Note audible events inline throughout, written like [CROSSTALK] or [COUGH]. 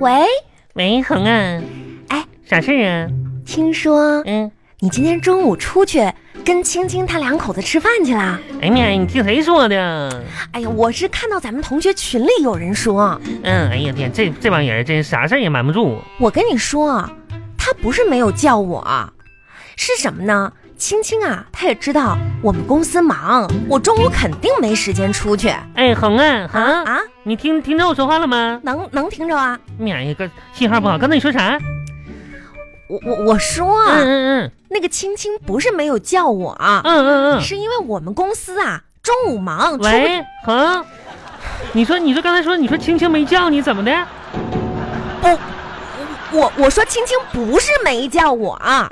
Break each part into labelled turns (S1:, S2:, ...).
S1: 喂，
S2: 喂，恒啊，
S1: 哎，
S2: 啥事儿啊？
S1: 听说
S2: 嗯，
S1: 你今天中午出去跟青青他两口子吃饭去了？
S2: 哎呀妈呀，你听谁说的？
S1: 哎呀，我是看到咱们同学群里有人说，
S2: 嗯，哎呀天，这这帮人真啥事儿也瞒不住。
S1: 我跟你说，他不是没有叫我，啊是什么呢？青青啊，他也知道我们公司忙，我中午肯定没时间出去啊
S2: 哎，恒啊，恒，
S1: 啊，
S2: 你听听着我说话了吗？
S1: 能能听着啊？
S2: 哎呀妈呀，个信号不好，刚才你说啥？
S1: 我我我说、啊
S2: 嗯嗯
S1: 那个青青不是没有叫我，啊
S2: 嗯嗯嗯
S1: 是因为我们公司啊中午忙，出
S2: 嗯。
S1: 不
S2: 喂，恒，你说你说刚才说你说青青没叫你怎么
S1: 啊
S2: 的？
S1: 我我说青青不是没叫我啊，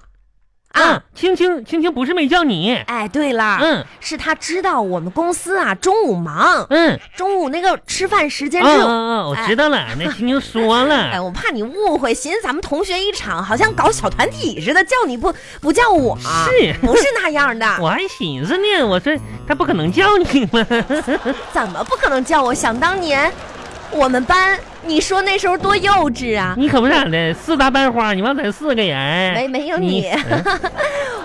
S1: 啊，
S2: 嗯，青青青青不是没叫你。
S1: 哎，对啦，
S2: 嗯
S1: 是他知道我们公司啊中午忙，
S2: 嗯，
S1: 中午那个吃饭时间
S2: 嗯
S1: 是，
S2: 嗯嗯，我知道了，那青青说
S1: [LAUGHS] 哎，
S2: 了。
S1: 我怕你误会，寻思咱们同学一场，好像搞小团体似的，叫你不不叫我，啊
S2: 是
S1: 不是那样的？
S2: 我还寻思呢，我说他不可能叫你嘛。
S1: 怎么不可能叫我？想当年，我们班你说那时候多幼稚啊！
S2: 你可不咋的，四大班花，你忘咱四个人，
S1: 没没有你 [LAUGHS]
S2: 嗯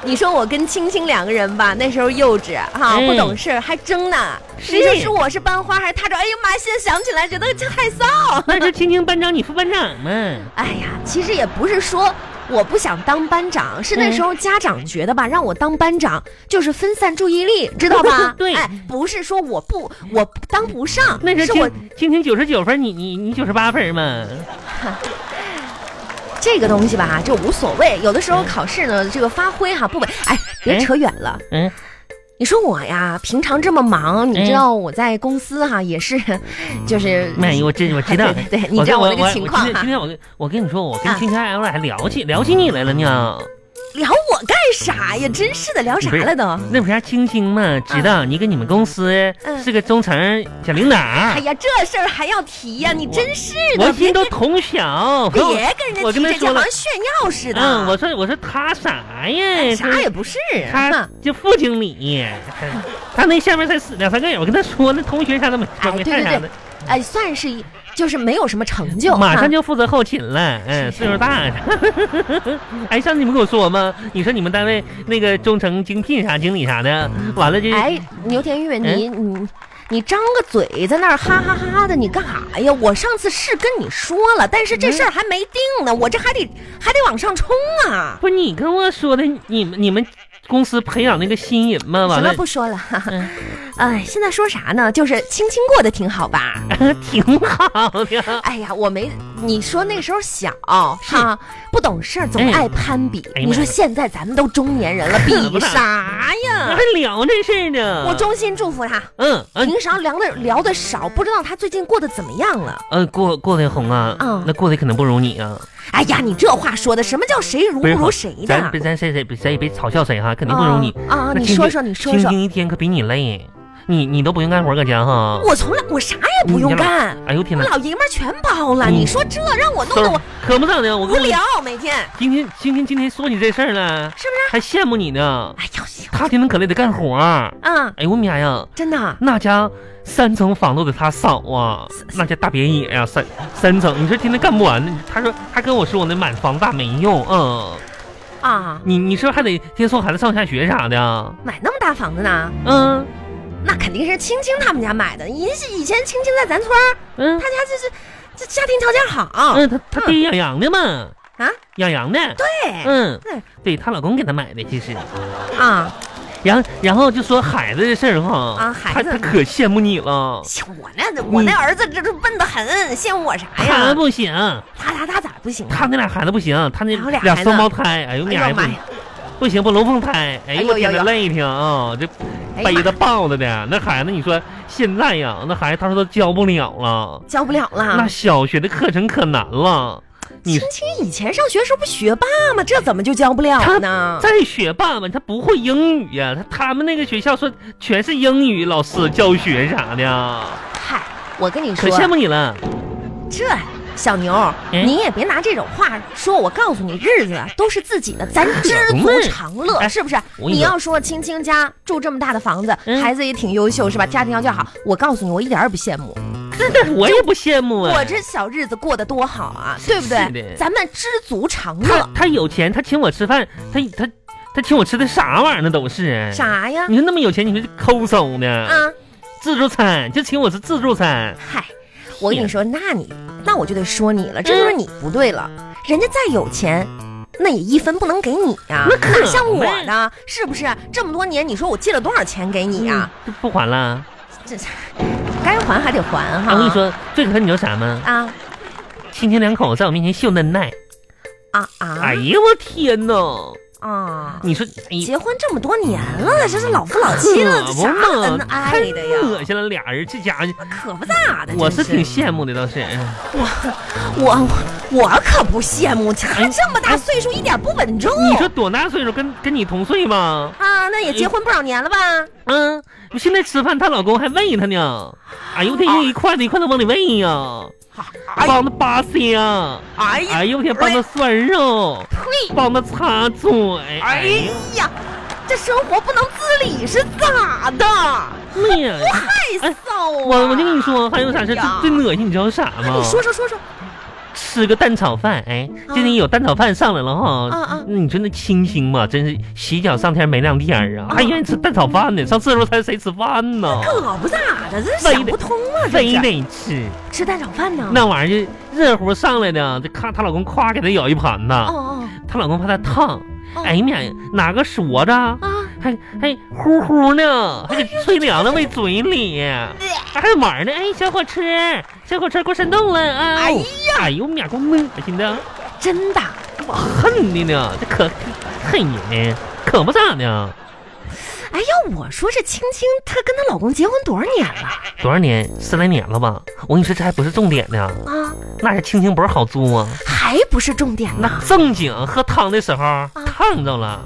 S1: 你说我跟青青两个人吧，那时候幼稚哈、
S2: 嗯
S1: 不懂事儿，还争呢。
S2: 是
S1: 你说是我是班花还是他说？哎呀妈，现在想起来觉得这害臊。
S2: 那就青青班长，你副班长嘛。？
S1: 哎呀，其实也不是说我不想当班长，是那时候家长觉得吧，让我当班长就是分散注意力，知道吧
S2: [LAUGHS] 对
S1: 哎，不是说我不我不当不上，
S2: 那时
S1: 是
S2: 候
S1: 我
S2: 青青青九十九分，你你你九十八分嘛。
S1: 这个东西吧，就无所谓。有的时候考试呢，这个发挥哈不稳。哎，别
S2: 哎
S1: 扯远了。
S2: 嗯，
S1: 你说我呀，平常这么忙，你知
S2: 哎
S1: 道我在公司哈、也是，
S2: 嗯
S1: [LAUGHS] 就是。
S2: 没有，我知我知道
S1: 啊对对你
S2: 我
S1: 知道
S2: 跟
S1: 我
S2: 我
S1: 那个情况
S2: 我今天
S1: 哈
S2: 今天我跟我跟你说，我跟
S1: 啊
S2: 青青还还聊起聊起你来了呢。
S1: 聊我干啥呀？真是的，聊啥了都？啊
S2: 那不是还青青嘛，知道你跟你们公司
S1: 嗯
S2: 是个中层小领导。
S1: 哎呀，这事儿还要提呀、你真是
S2: 我
S1: 的，
S2: 心
S1: 别
S2: 都同小。
S1: 别跟人家
S2: 我
S1: 提
S2: 跟他
S1: 这些，
S2: 说
S1: 好
S2: 了
S1: 像，炫耀似的。哎
S2: 嗯，我说我说他啥呀？
S1: 啥也不是，
S2: 他
S1: 哼
S2: 就副经理，他那下面才四两三个人，我跟他说，那同学啥都没
S1: 哎
S2: 说，没看啥
S1: 对对
S2: 的，
S1: 哎，算是一就是没有什么成就，
S2: 马上
S1: 就
S2: 就负责后勤了，嗯，岁数大了。 [LAUGHS] 哎，上次你们跟我说吗？你说你们单位那个中层精聘啥经理啥的，完了就
S1: 哎，牛田玉，你你。你张个嘴在那儿哈哈哈哈的，你干啥呀？我上次是跟你说了，但是这事儿还没定
S2: 嗯
S1: 呢，我这还得还得往上冲啊！
S2: 不是你跟我说的，你们你们公司培养那个新人吗？
S1: 什
S2: 完
S1: 么
S2: 了
S1: 不说了，哈哈
S2: 嗯
S1: [LAUGHS] 哎，现在说啥呢？就是青青过得挺好吧？
S2: [LAUGHS] 挺好
S1: [LAUGHS]
S2: 的。
S1: 哎呀，我没你说那时候小哈，不懂事儿，总
S2: 哎
S1: 爱攀比。
S2: 哎呀妈呀
S1: 你说现在咱们都中年
S2: [LAUGHS]
S1: 人了，比
S2: 不是
S1: 啥
S2: 还
S1: 呀？
S2: 聊这事儿呢？
S1: 我衷心祝福他。
S2: 嗯嗯
S1: 平常聊的聊的少，不知道他最近过得怎么样了。
S2: 嗯，过过得红啊
S1: 嗯，
S2: 那过得可能不如你啊。
S1: 哎呀，你这话说的，什么叫谁如不
S2: 不是
S1: 如
S2: 好
S1: 谁的？
S2: 啊咱别咱谁谁谁也别嘲笑谁哈，肯定不如你。
S1: 啊啊！
S2: 那
S1: 你
S2: 青
S1: 说
S2: 青
S1: 说，你说
S2: 青
S1: 说，
S2: 青一天可比你累，你你都不用干活搁家哈。
S1: 我从来我啥也不用
S2: 你家老
S1: 干，
S2: 哎呦天
S1: 我
S2: 哪，
S1: 老爷们儿全包了。
S2: 嗯
S1: 你说这让我弄
S2: 都
S1: 得
S2: 是
S1: 我
S2: 可不咋的，我
S1: 无
S2: 跟你
S1: 聊，每天
S2: 今天今天今天说你这事儿了，
S1: 是不是？
S2: 还羡慕你呢。
S1: 哎呦，
S2: 他天天可累得干活儿，
S1: 啊，
S2: 哎呦我妈呀，
S1: 真的，
S2: 那家三层房都得他扫啊，那家大别野呀、三三层，你说天天干不完呢。他说他跟我说呢，满房子大没用，嗯，
S1: 啊，
S2: 你你是不是还得天送孩子上下学啥的？
S1: 买那么大房子呢？
S2: 嗯
S1: 那肯定是青青他们家买的。人家以前青青在咱村儿，
S2: 嗯
S1: 他家就是这家庭条件好，
S2: 嗯，他他爹养羊的嘛，
S1: 啊，
S2: 养羊的，
S1: 对，
S2: 嗯
S1: 对，
S2: 对她老公给她买的，其实，嗯
S1: 啊，
S2: 然后然后就说孩子的事儿哈，
S1: 啊孩子
S2: 她她可羡慕你了，
S1: 像我那我
S2: 嗯
S1: 那儿子这这笨得很，羡慕我啥
S2: 他
S1: 哎呀？
S2: 不行，
S1: 他他他咋不行啊？
S2: 嗯他那俩孩子不行，他那
S1: 还有俩
S2: 俩
S1: 孩子
S2: 双胞胎，哎呦
S1: 哎呦
S2: 呀
S1: 妈
S2: 妈
S1: 呀！
S2: 不行，不龙凤胎，
S1: 哎
S2: 哎
S1: 呦
S2: 呦我天
S1: 呦
S2: 哪，
S1: 呦
S2: 累挺啊，这
S1: 哎呀
S2: 背
S1: 妈
S2: 的抱的的，那孩子你说现在呀，那孩子他说都教不了了，
S1: 教不了
S2: 那
S1: 了。
S2: 小学的课程可难了，你
S1: 青青以前上学时候不学霸吗？这怎么就教不了呢？
S2: 再学霸吧，他不会英语呀、他他们那个学校说全是英语老师教学啥的，
S1: 嗨，我跟你
S2: 可
S1: 说，
S2: 羡慕你了。
S1: 这小牛，
S2: 嗯
S1: 你也别拿这种话说。我告诉你，日子啊都是自己的，咱知足常乐，
S2: 哎
S1: 是不是？
S2: 我跟你说
S1: 你要说青青家住这么大的房子，
S2: 嗯
S1: 孩子也挺优秀，是吧？家庭条件好，我告诉你，我一点儿也不羡慕。
S2: 是的，我也不羡慕啊。
S1: 我这小日子过得多好啊，对不
S2: 是
S1: 对？
S2: 的
S1: 咱们知足常
S2: 他
S1: 乐。
S2: 他有钱，他请我吃饭，他他他请我吃的啥玩意儿呢？都是。
S1: 啥呀？
S2: 你说那么有钱，你说抠搜呢？
S1: 啊，
S2: 自助餐就请我吃自助餐，
S1: 嗨，我跟你说，那你那我就得说你了，这就是你不对了。人家再有钱，那也一分不能给你呀、
S2: 那可啊
S1: 哪像我
S2: 呗
S1: 呢？是不是？这么多年，你说我借了多少钱给你呀、啊
S2: 就嗯不还了。
S1: 这该还还得还哈。
S2: 嗯啊，我跟你说，最可恨你知道啥吗？
S1: 啊
S2: 亲情两口在我面前秀嫩耐。
S1: 啊啊！
S2: 哎呀，我天哪！
S1: 啊！
S2: 你说，哎呀，
S1: 结婚这么多年了，这是老夫老妻了，这
S2: 可不
S1: 啥恩
S2: 嘛，太
S1: 爱的
S2: 恶
S1: 呀？
S2: 心了，俩人这家伙，
S1: 可不咋的，
S2: 我是
S1: 真嗯
S2: 挺羡慕的，倒是。哎
S1: 我我可不羡慕，他这么大岁数一点不稳重。
S2: 哎你说多大岁数跟跟你同岁吧？
S1: 啊，那也结婚不少年了吧？
S2: 嗯，我现在吃饭，她老公还喂她呢。哎呦我天，一筷子一筷子往里喂呀，
S1: 啊哎
S2: 帮她扒虾，
S1: 哎
S2: 哎呦我天，帮她涮肉，
S1: 呸！
S2: 帮她擦嘴，
S1: 哎呀，这生活不能自理是咋的？哎
S2: 那呀，
S1: 太骚了！
S2: 哎我我就跟你，说，哦还有啥事最
S1: 哎呀
S2: 最恶心，你知道啥吗？
S1: 哎你说嗯说说说，
S2: 吃个蛋炒饭，哎，今天有蛋炒饭上来了哈。
S1: 啊啊
S2: 那你说那清新嘛，真是洗脚上天没晾地儿啊，
S1: 啊
S2: 还愿意吃蛋炒饭呢？上自助餐谁吃饭呢？
S1: 可不咋的，这
S2: 非
S1: 想
S2: 得
S1: 不通啊，这
S2: 哦非
S1: 是
S2: 得吃
S1: 吃蛋炒饭呢？
S2: 那玩意儿，就热乎上来的，这咔，她老公夸给她舀一盘
S1: 哦
S2: 呐。
S1: 哦
S2: 她老公怕她烫，
S1: 哦
S2: 哎呀妈呀，哪个说着，
S1: 啊！
S2: 还还呼呼呢，
S1: [LAUGHS]
S2: 还给吹凉了喂嘴里，还玩呢。哎，小火车，小火车过山洞了啊！
S1: 哎
S2: 呀，哎呦妈，给我恶心的。
S1: 真的，
S2: 我恨的呢，这可恨人，可不咋的。
S1: 哎，要我说这青青，她跟她老公结婚多少年了
S2: 多少年，十来年了吧？我跟你说，这还不是重点呢。
S1: 啊？
S2: 那是青青脖好租啊，
S1: 还不是重点呢
S2: 那正经喝汤的时候
S1: 啊
S2: 烫着了，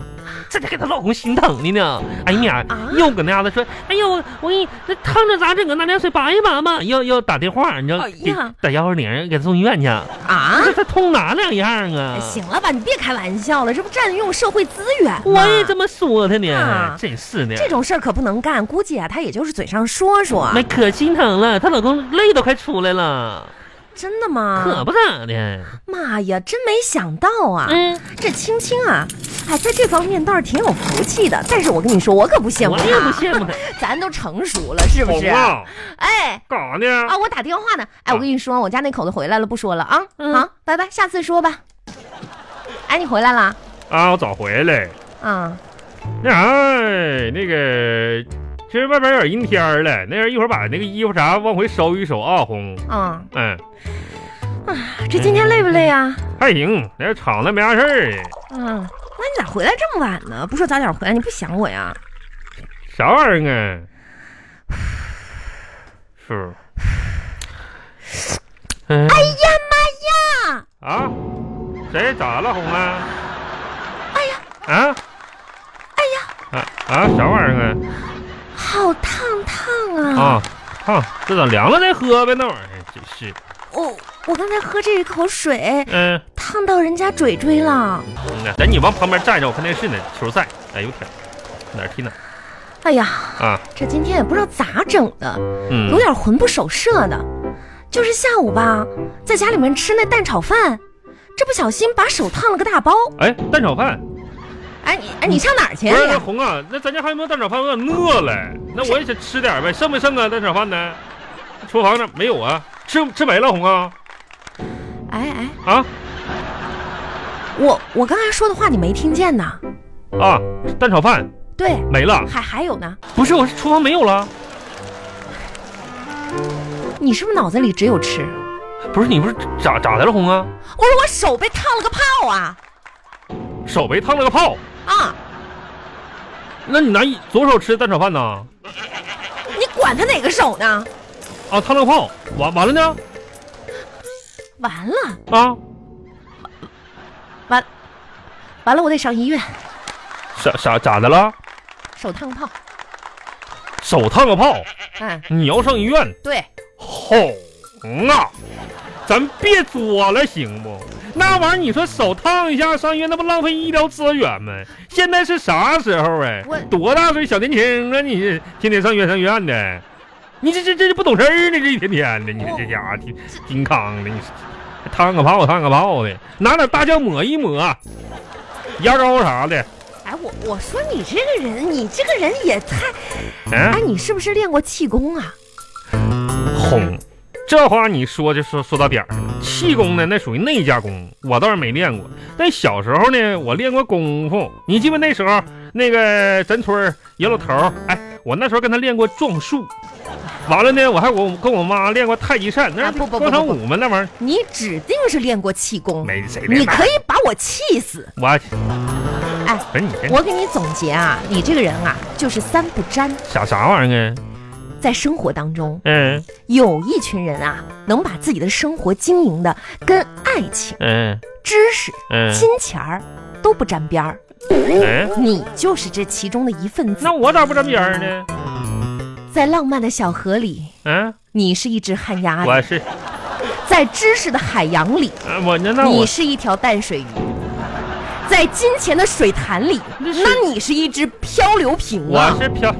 S2: 这得给她老公心疼的呢。哎呀妈呀
S1: 啊，
S2: 又搁那样子说，哎呀，我我给你那烫着咋整啊？拿凉水拔一拔嘛。要要打电话，你知道
S1: 哎呀
S2: 给打幺二零给她送医院去。
S1: 啊
S2: 不是她痛哪两样啊
S1: 哎？行了吧，你别开玩笑了，这不占用社会资源吗？
S2: 我也这么说她呢
S1: 啊，
S2: 真是的。
S1: 这种啊事儿可不能干，估计啊，她也就是嘴上说说。
S2: 那可心疼了，她老公泪都快出来了，
S1: 真的
S2: 可
S1: 吗？
S2: 不咋的。
S1: 妈呀，真没想到啊！
S2: 嗯，
S1: 这青青啊，哎，在这方面倒是挺有福气的。但是我跟你说，我可不羡慕
S2: 我
S1: 她，啊
S2: 也不
S1: [LAUGHS]
S2: 羡慕她，
S1: 咱都成熟了，是不是？
S2: 啊，
S1: 哎。
S2: 干啥呢？
S1: 啊，我打电话呢。哎，我跟你说，我家那口子回来了，不说了啊。
S2: 嗯
S1: 好，拜拜，下次说吧。哎，你回来了
S3: 啊，我早回来。
S1: 啊？
S3: 那啥，那个，其实外边有点阴天儿了，那人一会儿把那个衣服啥往回收一收啊，红。
S1: 啊，
S3: 嗯，
S1: 这今天累不累啊？
S3: 还行，那厂子没啥事儿。
S1: 嗯，那你咋回来这么晚呢？不说早点回来，你不想我呀？
S3: 啥玩意儿啊？是。嗯
S2: 哎，
S3: 啊？谁咋了，红啊？哎呀！啊？哎呀！啊啊！啥玩意儿
S1: 好烫烫
S3: 啊？
S1: 啊！
S3: 啊，烫，这等凉了再喝呗，那玩意儿哎真是。
S1: 我我刚才喝这一口水，
S3: 嗯，
S1: 烫到人家嘴椎了。
S3: 嗯呐等你往旁边站着，我看电视呢，球赛。哎呦我天，哪儿踢哪儿
S1: 哎呀，
S3: 啊？
S1: 这今天也不知道咋整的，
S3: 嗯
S1: 有，点魂不守舍的。就是下午吧，在家里面吃那蛋炒饭，这不小心把手烫了个大包。
S3: 哎，蛋炒饭，
S1: 哎你哎你上哪儿去
S3: 不是那
S1: 呀？
S3: 红啊，那咱家还有没有蛋炒饭？我有点饿了，那我也想吃点呗，剩没剩啊？蛋炒饭呢？厨房那没有啊？吃吃没了，红啊
S1: 哎哎，
S3: 啊
S1: 我我刚才说的话你没听见呢？
S3: 啊！蛋炒饭
S1: 对，
S3: 没了，
S1: 还还有呢，
S3: 不是，我是厨房没有了，
S1: 你是不是脑子里只有吃？
S3: 不是你不是咋咋的了，红啊？
S1: 我说我手被烫了个泡啊
S3: 手被烫了个泡，
S1: 啊！
S3: 那你拿一左手吃蛋炒饭呢？
S1: 你管他哪个手呢？
S3: 啊，烫了个泡，完完了呢？
S1: 完了
S3: 啊，
S1: 完完了，我得上医院，
S3: 啥啥咋的了？
S1: 手烫泡。
S3: 手烫个泡，
S1: 嗯，
S3: 你要上医院？
S1: 对，
S3: 红啊，咱别作了，行不？那玩意儿，你说手烫一下上医院，那不浪费医疗资源吗？现在是啥时候哎
S1: 我？
S3: 啊多大岁小年轻啊你，天天上医院上医院的，你这这这不懂事儿呢，这一天天的，你说这家伙挺挺康的，你烫个泡烫个泡的，拿点大酱抹一抹，牙膏啥的，
S1: 哎，我我说你这个人，你这个人也太……
S3: 嗯
S1: 哎，，你是不是练过气功啊？
S3: 哄。这话你说就说说到点儿上了。气功呢，那属于内家功，我倒是没练过。但小时候呢，我练过功夫。你记不？那时候那个咱村儿有老头儿，哎，我那时候跟他练过撞树，完了呢，我还我跟我妈练过太极扇，那
S1: 啊不不不
S3: 广场
S1: 不
S3: 舞嘛，那玩意
S1: 你指定是练过气
S3: 儿
S1: 功，
S3: 没谁练
S1: 你
S3: 那。
S1: 可以把我气死。
S3: 我
S1: 哎，
S3: 不是你这
S1: 我给你总结啊，你这个人啊，就是三不沾。
S3: 啥啥玩意儿啊？
S1: 在生活当中，
S3: 嗯
S1: 有一群人啊，能把自己的生活经营的跟爱情、
S3: 嗯
S1: 知识、
S3: 嗯
S1: 金钱儿都不沾边儿。
S3: 嗯，
S1: 你就是这其中的一份子
S3: 那。我咋不沾边儿呢？
S1: 在浪漫的小河里，
S3: 嗯，
S1: 你是一只旱鸭子；
S3: 我是
S1: 在知识的海洋里，
S3: 啊我那那
S1: 你
S3: 我
S1: 是一条淡水鱼；在金钱的水潭里，那你是一只漂流瓶
S3: 我
S1: 啊！
S3: 是漂